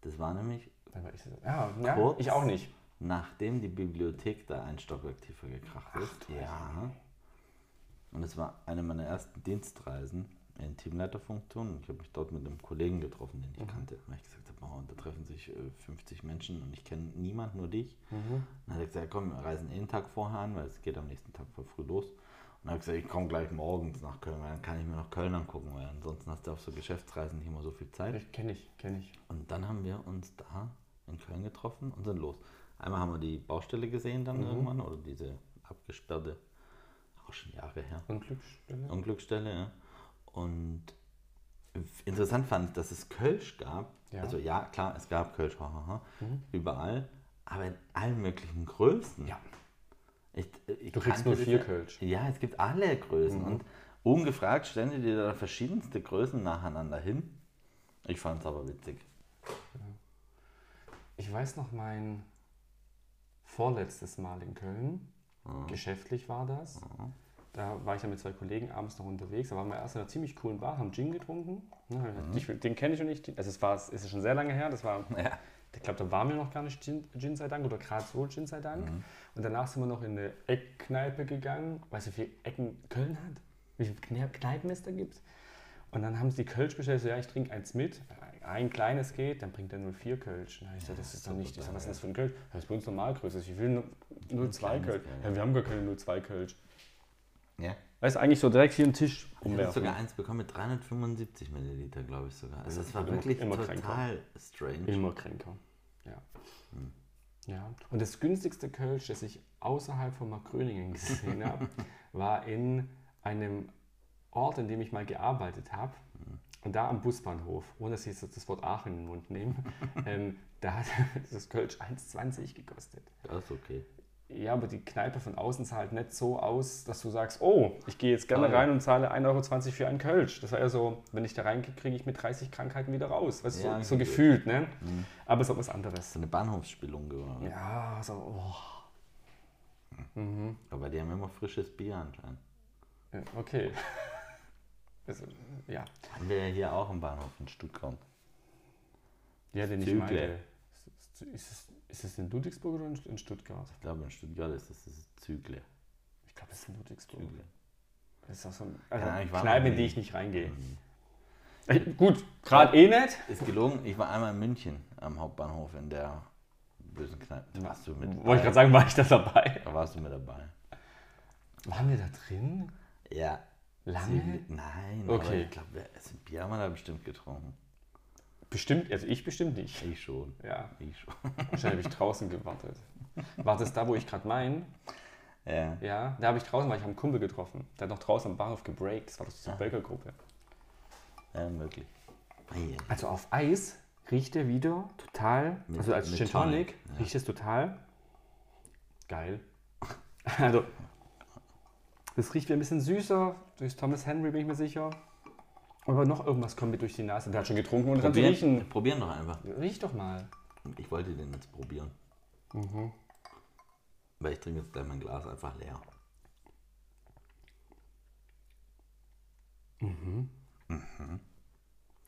Speaker 3: Das war nämlich,
Speaker 2: Dann war ich so, Ja, ja
Speaker 3: Kurz.
Speaker 2: ich auch nicht.
Speaker 3: nachdem die Bibliothek da ein Stockwerk tiefer gekracht ist. ja. Und es war eine meiner ersten Dienstreisen in Teamleiterfunktion. Und Ich habe mich dort mit einem Kollegen getroffen, den ich kannte. Weil ich gesagt habe, oh, da treffen sich äh, 50 Menschen und ich kenne niemand, nur dich. Und dann hat er gesagt, komm, wir reisen eh einen Tag vorher an, weil es geht am nächsten Tag voll früh los. Und dann habe ich gesagt, ich komme gleich morgens nach Köln, weil dann kann ich mir noch Köln angucken, weil ansonsten hast du auf so Geschäftsreisen nicht immer so viel Zeit.
Speaker 2: Kenne ich, kenne ich.
Speaker 3: Und dann haben wir uns da in Köln getroffen und sind los. Einmal haben wir die Baustelle gesehen
Speaker 2: Mhm.
Speaker 3: dann irgendwann oder diese abgesperrte, auch schon Jahre her,
Speaker 2: Unglücksstelle.
Speaker 3: Unglücksstelle. Ja. Und f- interessant fand ich, dass es Kölsch gab.
Speaker 2: Ja. Mhm.
Speaker 3: Also ja, klar, es gab Kölsch, hahaha, überall, aber in allen möglichen Größen.
Speaker 2: Ja.
Speaker 3: Ich, ich
Speaker 2: Du kriegst
Speaker 3: kannte
Speaker 2: nur
Speaker 3: das
Speaker 2: vier
Speaker 3: ja-
Speaker 2: Kölsch. Mhm.
Speaker 3: Ja, es gibt alle Größen. Und ungefragt stellen die dir da verschiedenste Größen nacheinander hin. Ich fand es aber witzig.
Speaker 2: Ich weiß noch mein vorletztes Mal in Köln. Geschäftlich war das. Da war ich ja mit zwei Kollegen abends noch unterwegs. Da waren wir erst in einer ziemlich coolen Bar, haben Gin getrunken. Na, ich- Den kenne ich und nicht. Also es war, es ist schon sehr lange her. Das war,
Speaker 3: Ja.
Speaker 2: ich glaube, da waren wir noch gar nicht Gin, Gin sei Dank oder gerade so Gin sei Dank. Und danach sind wir noch in eine Eckkneipe gegangen. Weißt du, wie viele Ecken Köln hat? Wie viele Kne- Kneipen es da gibt? Und dann haben sie die Kölsch bestellt, so, ja, ich trinke eins mit, ein kleines geht, dann bringt er 04 Kölsch. Na, ich so, das ist doch nicht, ich so, was ist das für ein Kölsch? Das ist bei uns Normalgröße, ich will 02 Kölsch. Ja, wir haben gar keine 02 Kölsch.
Speaker 3: Ja.
Speaker 2: Weißt du, eigentlich so direkt hier einen Tisch
Speaker 3: Ich habe
Speaker 2: umwerfen.
Speaker 3: sogar eins bekommen mit 375 Milliliter, glaube ich sogar. Also es war
Speaker 2: immer-
Speaker 3: wirklich
Speaker 2: immer
Speaker 3: total strange.
Speaker 2: Immer kränker. Ja. ja. Und das günstigste Kölsch, das ich außerhalb von Markgröningen gesehen habe, war in einem Ort, in dem ich mal gearbeitet habe. Und da am Busbahnhof, ohne dass ich jetzt das Wort Aachen in den Mund nehme, ähm, da hat das Kölsch 1,20 gekostet.
Speaker 3: Das ist okay.
Speaker 2: Ja, aber die Kneipe von außen sah halt nicht so aus, dass du sagst, oh, ich gehe jetzt gerne
Speaker 3: Ah, ja.
Speaker 2: rein und zahle 1,20 Euro für einen Kölsch. Das war ja so, wenn ich da reingehe, kriege ich mit 30 Krankheiten wieder raus. Weißt du,
Speaker 3: Ja, Mhm.
Speaker 2: so, so
Speaker 3: gefühlt.
Speaker 2: gefühlt, ne? Aber so was anderes.
Speaker 3: So eine Bahnhofsspielung geworden.
Speaker 2: Ja, so, oh.
Speaker 3: Aber die haben immer frisches Bier anscheinend.
Speaker 2: Ja, Okay. Also, ja.
Speaker 3: Haben wir ja hier auch im Bahnhof in Stuttgart.
Speaker 2: Ja, den ich
Speaker 3: Zügle.
Speaker 2: meine. Ist es, ist es in Ludwigsburg oder in Stuttgart?
Speaker 3: Ich glaube in Stuttgart ist das, das ist Zügle.
Speaker 2: Ich glaube, das ist Ludwigsburg.
Speaker 3: Zügel.
Speaker 2: Das ist auch so ein, also
Speaker 3: Keine Ahnung, ich war noch
Speaker 2: Kneipe, in die
Speaker 3: nie. Mhm.
Speaker 2: ich nicht reingehe. Äh, Gut, gerade eh nicht.
Speaker 3: Ist gelogen, ich war einmal in München am Hauptbahnhof in der bösen Kneipe. Da warst du mit
Speaker 2: Wollte ich gerade sagen, war ich da dabei?
Speaker 3: Da warst du mit dabei.
Speaker 2: Waren wir da drin?
Speaker 3: Ja.
Speaker 2: Lange?
Speaker 3: Nein, aber
Speaker 2: Okay.
Speaker 3: ich glaube, also Bier haben wir da bestimmt getrunken.
Speaker 2: Bestimmt, also ich bestimmt nicht.
Speaker 3: Ich schon.
Speaker 2: Ja,
Speaker 3: Ich schon.
Speaker 2: wahrscheinlich habe ich draußen gewartet. War das da, wo ich gerade mein?
Speaker 3: Ja.
Speaker 2: Ja, da habe ich draußen, weil ich habe einen Kumpel getroffen. Der hat noch draußen am Bahnhof gebreakt. Das war doch diese Bölkergruppe.
Speaker 3: Ja, möglich. Ei,
Speaker 2: Also auf Eis riecht er wieder total,
Speaker 3: Mit-
Speaker 2: also als
Speaker 3: mit
Speaker 2: Gin Tonic riecht es total geil. Also, das riecht wieder ein bisschen süßer, durch Thomas Henry bin ich mir sicher. Aber noch irgendwas kommt mir durch die Nase. Der hat schon getrunken und dran zu
Speaker 3: Probieren,
Speaker 2: riechen.
Speaker 3: probieren doch einfach.
Speaker 2: Riech doch mal.
Speaker 3: Ich wollte den jetzt probieren.
Speaker 2: Mhm.
Speaker 3: Weil ich trinke jetzt gleich mein Glas einfach leer.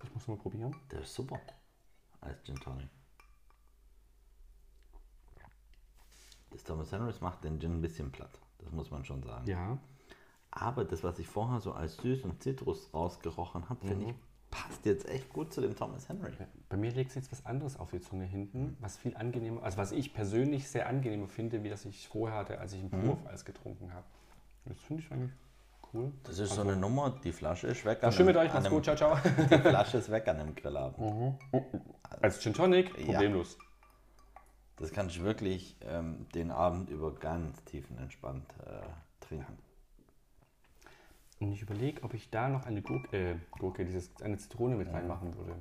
Speaker 2: Ich muss mal probieren.
Speaker 3: Der ist super. Als Gin Tonic. Das Thomas Henrys macht den Gin ein bisschen platt. Das muss man schon sagen.
Speaker 2: Ja.
Speaker 3: Aber das, was ich vorher so als süß und Zitrus rausgerochen habe,
Speaker 2: Mhm.
Speaker 3: finde ich, passt jetzt echt gut zu dem Thomas Henry.
Speaker 2: Bei mir legt es jetzt was anderes auf die Zunge hinten, was viel angenehmer, also was ich persönlich sehr angenehmer finde, wie das ich vorher hatte, als ich einen Pur auf Eis getrunken habe. Das finde ich eigentlich cool.
Speaker 3: Das ist so eine Nummer, die Flasche ist weg.
Speaker 2: War
Speaker 3: an
Speaker 2: Also schön mit
Speaker 3: einem-
Speaker 2: euch,
Speaker 3: an
Speaker 2: macht's gut,
Speaker 3: einem-
Speaker 2: ciao, ciao.
Speaker 3: Die Flasche ist weg an dem Grillabend.
Speaker 2: Als Gin Tonic,
Speaker 3: Ja.
Speaker 2: problemlos.
Speaker 3: Das kannst du wirklich ähm, den Abend über ganz tiefen entspannt äh, trinken.
Speaker 2: Und ich überlege, ob ich da noch eine Gurke, äh, Gurke dieses, eine Zitrone mit reinmachen würde.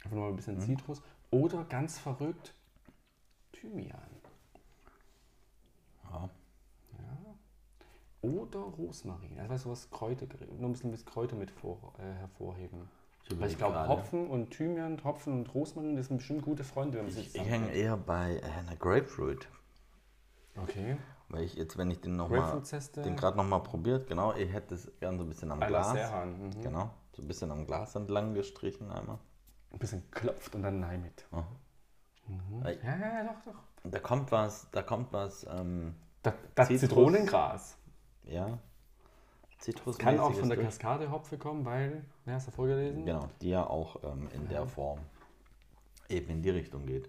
Speaker 2: Einfach nochmal ein bisschen
Speaker 3: Mhm.
Speaker 2: Zitrus. Oder ganz verrückt, Thymian.
Speaker 3: Ja.
Speaker 2: Oder Rosmarin. Also weißt du, was Kräuter, nur ein bisschen das Kräuter mit vor, äh, hervorheben. Weil
Speaker 3: Ich
Speaker 2: ich
Speaker 3: überleg
Speaker 2: glaube,
Speaker 3: gerade.
Speaker 2: Hopfen und Thymian, Hopfen und Rosmarin, das sind bestimmt gute Freunde, wenn man sich
Speaker 3: Ich, ich hänge eher bei äh, einer Grapefruit.
Speaker 2: Okay.
Speaker 3: Weil ich jetzt, wenn ich den nochmal,
Speaker 2: Grapefruit-Zeste.
Speaker 3: den gerade nochmal probiert, genau, ich hätte es gern so ein bisschen am
Speaker 2: À la
Speaker 3: Glas.
Speaker 2: Serhan, mhm.
Speaker 3: Genau, so ein bisschen am Glas entlang gestrichen einmal.
Speaker 2: Ein bisschen klopft und dann nein mit.
Speaker 3: Weil
Speaker 2: Ja, ja, ja, doch, doch.
Speaker 3: Da kommt was, da kommt was, ähm,
Speaker 2: Das, das
Speaker 3: Zitrus.
Speaker 2: Zitronengras.
Speaker 3: ja, Zitrus.
Speaker 2: Kann auch von der Kaskade Hopfe kommen, weil, ja, hast du vorgelesen?
Speaker 3: Genau, die ja auch ähm, in der Form eben in die Richtung geht.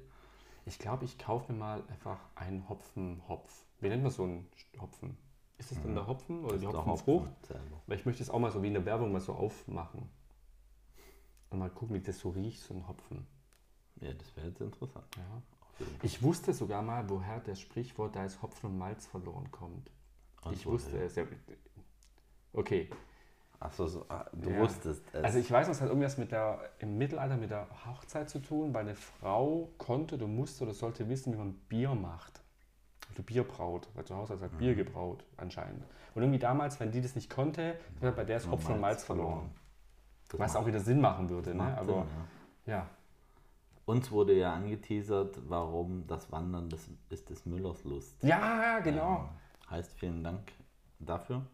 Speaker 2: Ich glaube, ich kaufe mir mal einfach einen Hopfen-Hopf. Wie nennt man so einen St- Hopfen? Ist das
Speaker 3: Mhm.
Speaker 2: dann der Hopfen oder die
Speaker 3: Der
Speaker 2: Hopfenfrucht?
Speaker 3: Hopfen selber.
Speaker 2: Weil ich möchte es auch mal so wie in der Werbung mal so aufmachen. Und mal gucken, wie das so riecht, so ein Hopfen.
Speaker 3: Ja, das wäre jetzt interessant.
Speaker 2: Ja.
Speaker 3: Auf jeden Fall.
Speaker 2: Ich wusste sogar mal, woher das Sprichwort, da ist Hopfen und Malz verloren kommt.
Speaker 3: Und
Speaker 2: ich
Speaker 3: woher?
Speaker 2: wusste es ja. Okay.
Speaker 3: Achso, so, ah, du
Speaker 2: Ja.
Speaker 3: wusstest es.
Speaker 2: Also ich weiß, es hat irgendwas mit der, im Mittelalter mit der Hochzeit zu tun, weil eine Frau konnte, du musste oder sollte wissen, wie man Bier macht. Also Bier braut, weil zu Hause hat halt
Speaker 3: Mhm.
Speaker 2: Bier gebraut anscheinend. Und irgendwie damals, wenn die das nicht konnte, war bei der ist Hopfen und Malz verloren.
Speaker 3: Das
Speaker 2: Was
Speaker 3: macht-
Speaker 2: auch wieder Sinn machen würde, ne?
Speaker 3: macht
Speaker 2: Aber
Speaker 3: Sinn, ja.
Speaker 2: ja.
Speaker 3: Uns wurde ja angeteasert, warum das Wandern des, ist des Müllers Lust.
Speaker 2: Ja, genau.
Speaker 3: Heißt vielen Dank dafür.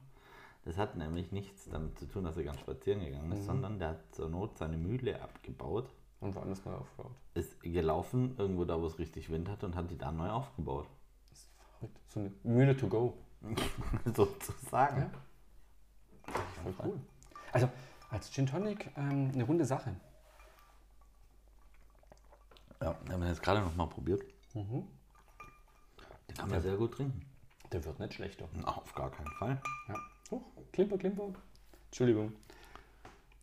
Speaker 3: Das hat nämlich nichts damit zu tun, dass er ganz spazieren gegangen
Speaker 2: Mhm.
Speaker 3: ist, sondern der hat zur Not seine Mühle abgebaut,
Speaker 2: Und woanders neu aufgebaut.
Speaker 3: ist gelaufen, irgendwo da, wo es richtig Wind hat und hat die dann neu aufgebaut.
Speaker 2: Das ist verrückt. So eine Mühle to go.
Speaker 3: Sozusagen.
Speaker 2: Ja. Voll cool. Also als Gin Tonic ähm, eine runde Sache.
Speaker 3: Ja, wir haben das jetzt gerade nochmal probiert.
Speaker 2: Mhm.
Speaker 3: Den kann man sehr gut trinken.
Speaker 2: Der wird nicht schlechter.
Speaker 3: Na, auf gar keinen Fall.
Speaker 2: Ja. Huch, klimper, klimper. Entschuldigung.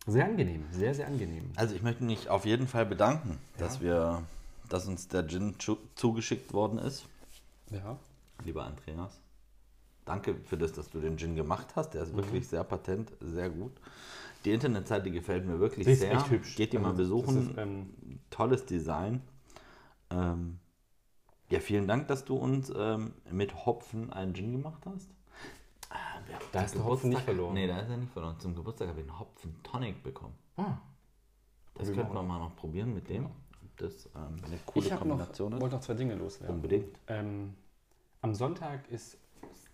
Speaker 2: Sehr angenehm, sehr, sehr angenehm.
Speaker 3: Also ich möchte mich auf jeden Fall bedanken, dass wir, dass uns der Gin zu, zugeschickt worden ist.
Speaker 2: Ja.
Speaker 3: Lieber Andreas. Danke für das, dass du den Gin gemacht hast. Der
Speaker 2: Mhm.
Speaker 3: ist wirklich sehr patent, sehr gut. Die Internetseite gefällt mir wirklich
Speaker 2: Die ist
Speaker 3: sehr.
Speaker 2: echt hübsch.
Speaker 3: Geht die mal
Speaker 2: Also, das
Speaker 3: besuchen.
Speaker 2: ist, ähm,
Speaker 3: Tolles Design. Ähm, ja, vielen Dank, dass du uns ähm, mit Hopfen einen Gin gemacht hast. Ah, wir haben
Speaker 2: Da
Speaker 3: zum
Speaker 2: ist der Hopfen nicht verloren.
Speaker 3: Nee, da ist er nicht verloren. Zum Geburtstag habe ich einen Hopfen Tonic bekommen.
Speaker 2: Ah.
Speaker 3: Das
Speaker 2: Probieren
Speaker 3: könnten
Speaker 2: wir
Speaker 3: wir mal noch probieren mit dem. Ob das ähm, eine coole
Speaker 2: Ich hab noch,
Speaker 3: Kombination ne? ist.
Speaker 2: wollte noch zwei Dinge loswerden.
Speaker 3: Unbedingt.
Speaker 2: Ähm, am Sonntag ist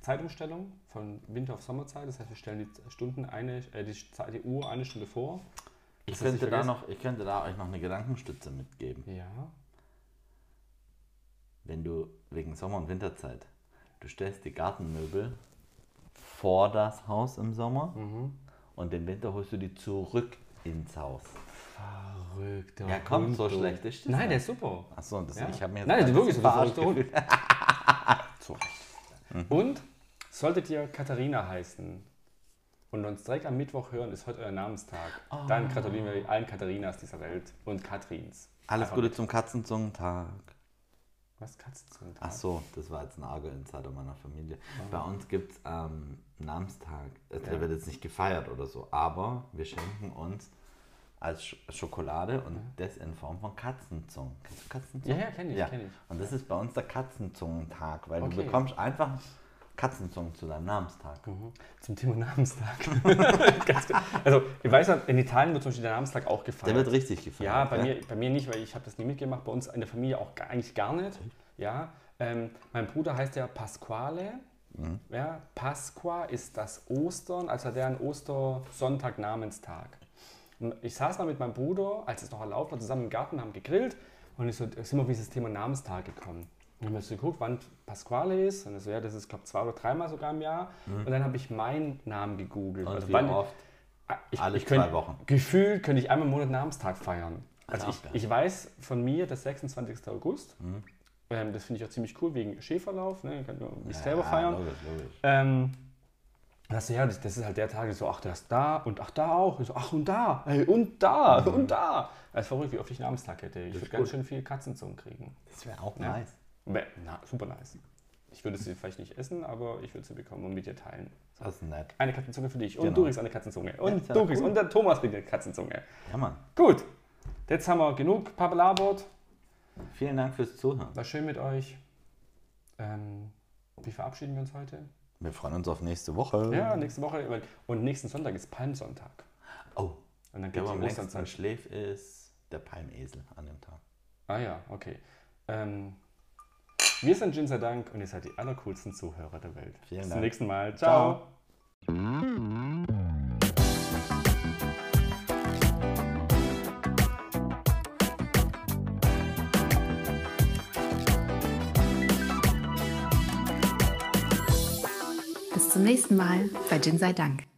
Speaker 2: Zeitumstellung von Winter auf Sommerzeit. Das heißt, wir stellen die Stunden eine, äh, die, Zeit, die Uhr eine Stunde vor.
Speaker 3: Ich
Speaker 2: hast du
Speaker 3: könnte, da
Speaker 2: vergessen?
Speaker 3: noch, ich könnte da euch noch eine Gedankenstütze mitgeben.
Speaker 2: Ja.
Speaker 3: Wenn du wegen Sommer- und Winterzeit, du stellst die Gartenmöbel vor das Haus im Sommer und im Winter holst du die zurück ins Haus.
Speaker 2: Verrückter
Speaker 3: Ja, komm,
Speaker 2: Hund,
Speaker 3: so
Speaker 2: du.
Speaker 3: schlecht ist das
Speaker 2: Nein,
Speaker 3: nicht.
Speaker 2: der ist super.
Speaker 3: Achso, das,
Speaker 2: Ja.
Speaker 3: ich habe mir jetzt
Speaker 2: Nein, das ist wirklich so ein
Speaker 3: verarscht
Speaker 2: verrückter Hund.
Speaker 3: gefühlt.
Speaker 2: Zu Recht. Mhm. Und solltet ihr Katharina heißen und uns direkt am Mittwoch hören, ist heute euer Namenstag, dann
Speaker 3: Oh.
Speaker 2: gratulieren wir allen Katharinas dieser Welt und Katrins.
Speaker 3: Alles
Speaker 2: Einfach
Speaker 3: Gute
Speaker 2: mit-
Speaker 3: zum Katzenzungentag.
Speaker 2: Was Katzenzungentag?
Speaker 3: Ach so, das war jetzt ein arger Insider meiner Familie. Bei uns gibt es ähm, einen Namenstag. Also, Der
Speaker 2: Ja.
Speaker 3: wird jetzt nicht gefeiert oder so, aber wir schenken uns als Sch Schokolade und das in Form von Katzenzungen. Kennst du Katzenzungen?
Speaker 2: Ja, ja, kenn ich, kenn ich.
Speaker 3: Und das ist bei uns der Katzenzungentag, weil du
Speaker 2: Okay.
Speaker 3: bekommst einfach Katzenzungen zu deinem Namenstag.
Speaker 2: Mhm. Zum Thema Namenstag. Ganz genau. also, ich weiß noch, in Italien wird zum Beispiel der Namenstag auch gefeiert.
Speaker 3: Der wird richtig gefeiert.
Speaker 2: Ja, bei, Mir, bei mir nicht, weil ich habe das nie mitgemacht. Bei uns in der Familie auch gar, eigentlich gar nicht. Ja, ähm, mein Bruder heißt ja Pasquale.
Speaker 3: Mhm.
Speaker 2: Ja, Pasqua ist das Ostern, also hat er einen Ostersonntag Namenstag. Und ich saß mal mit meinem Bruder, als es noch erlaubt war, zusammen im Garten, haben gegrillt und ich so, sind wir auf dieses Thema Namenstag gekommen. Und dann haben wir so geguckt, wann Pasquale ist. Und ich so, ja, das ist, glaube ich, zwei oder dreimal sogar im Jahr. Und dann habe ich meinen Namen gegoogelt.
Speaker 3: Mhm. Und wie
Speaker 2: Also wann-
Speaker 3: oft?
Speaker 2: ich,
Speaker 3: Alle
Speaker 2: ich könnt,
Speaker 3: zwei Wochen.
Speaker 2: Gefühlt könnte ich einmal im Monat Namenstag feiern. Also
Speaker 3: auch
Speaker 2: ich,
Speaker 3: geil.
Speaker 2: ich weiß von mir, dass 26. August,
Speaker 3: Mhm.
Speaker 2: ähm, das finde ich auch ziemlich cool wegen Schäferlauf, ne? kann man sich selber
Speaker 3: Ja,
Speaker 2: feiern.
Speaker 3: Logisch, logisch.
Speaker 2: Ähm, dann hast du, ja, das, das ist halt der Tag, ich so, ach, der ist da und ach, da auch. Ich so, ach, und da, ey, und da,
Speaker 3: Mhm.
Speaker 2: und da. Das ist verrückt, wie oft ich Namenstag hätte. Ich würde ganz schön viel Katzenzungen kriegen.
Speaker 3: Das wäre auch
Speaker 2: Ja.
Speaker 3: nice.
Speaker 2: Bäh, Na, super nice. Ich würde sie vielleicht nicht essen, aber ich würde sie bekommen und mit dir teilen.
Speaker 3: Das ist nett.
Speaker 2: Eine Katzenzunge für dich und
Speaker 3: Genau.
Speaker 2: du kriegst eine Katzenzunge und
Speaker 3: ist ja
Speaker 2: du kriegst
Speaker 3: cool.
Speaker 2: und der Thomas kriegt eine Katzenzunge.
Speaker 3: Ja, Mann.
Speaker 2: Gut, jetzt haben wir genug Papelabot.
Speaker 3: Vielen Dank fürs Zuhören.
Speaker 2: War schön mit euch. Ähm, wie verabschieden wir uns heute?
Speaker 3: Wir freuen uns auf nächste Woche.
Speaker 2: Ja, nächste Woche. weil- Und nächsten Sonntag ist Palmsonntag.
Speaker 3: Oh.
Speaker 2: Und dann
Speaker 3: Der,
Speaker 2: geht
Speaker 3: der
Speaker 2: die
Speaker 3: am längsten
Speaker 2: Osternzeit.
Speaker 3: schläft, ist der Palmesel an dem Tag.
Speaker 2: Ah ja, okay. Ähm, wir sind Gin sei Dank und ihr seid die allercoolsten Zuhörer der Welt.
Speaker 3: Vielen
Speaker 2: Bis zum
Speaker 3: Dank.
Speaker 2: nächsten Mal.
Speaker 3: Ciao.
Speaker 2: Ciao.
Speaker 1: Bis zum nächsten Mal bei Gin sei Dank.